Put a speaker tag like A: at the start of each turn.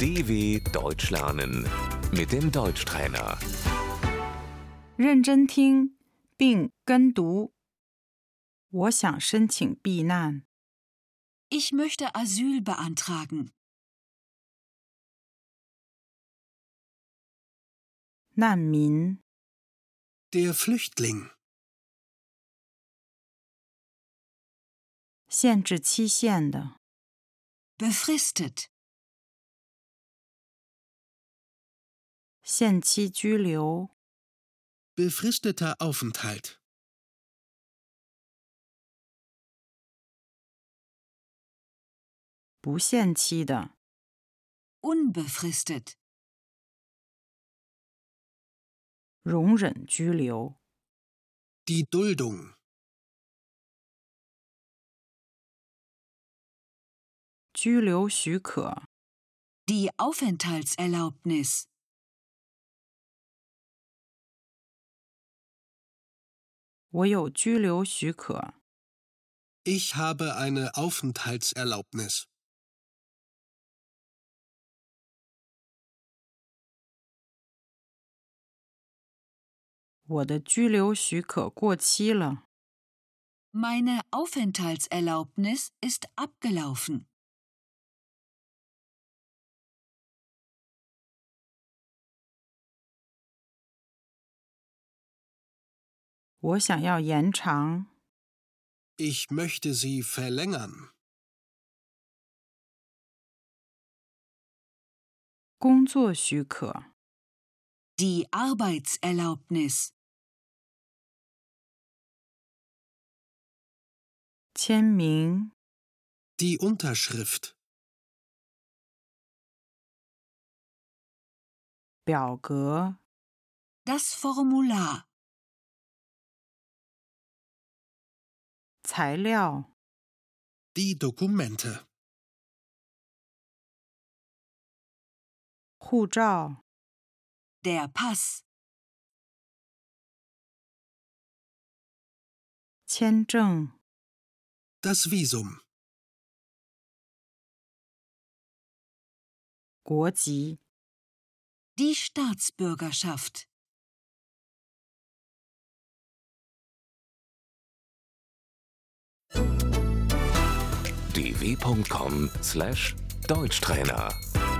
A: DW Deutsch lernen mit dem Deutschtrainer.
B: 认真听并跟读。我想申请避难，
C: Ich möchte Asyl beantragen.
B: 难民、
D: Der Flüchtling.
B: 限制期限的、
C: Befristet.
B: 限期拘留、
D: Befristeter Aufenthalt.
B: 不限期的、
C: Unbefristet.
B: 容忍拘留、
D: Die Duldung.
B: 拘留许可、
C: Die Aufenthaltserlaubnis.
B: 我有拘留许可、
D: Ich habe eine Aufenthaltserlaubnis.
B: 我的拘留许可过期了，
C: Meine Aufenthaltserlaubnis ist abgelaufen.
B: 我想要延长。
D: Ich möchte sie verlängern.
B: 工作许可、
C: Die Arbeitserlaubnis.
B: 签名、
D: Die Unterschrift.
B: 表格、
C: Das Formular.
B: 材料、
D: Die Dokumente.
B: 护照、
C: Der Pass.
B: 签证、
D: Das Visum.
B: 国籍。
C: Die Staatsbürgerschaft.
A: dw.com/deutschtrainer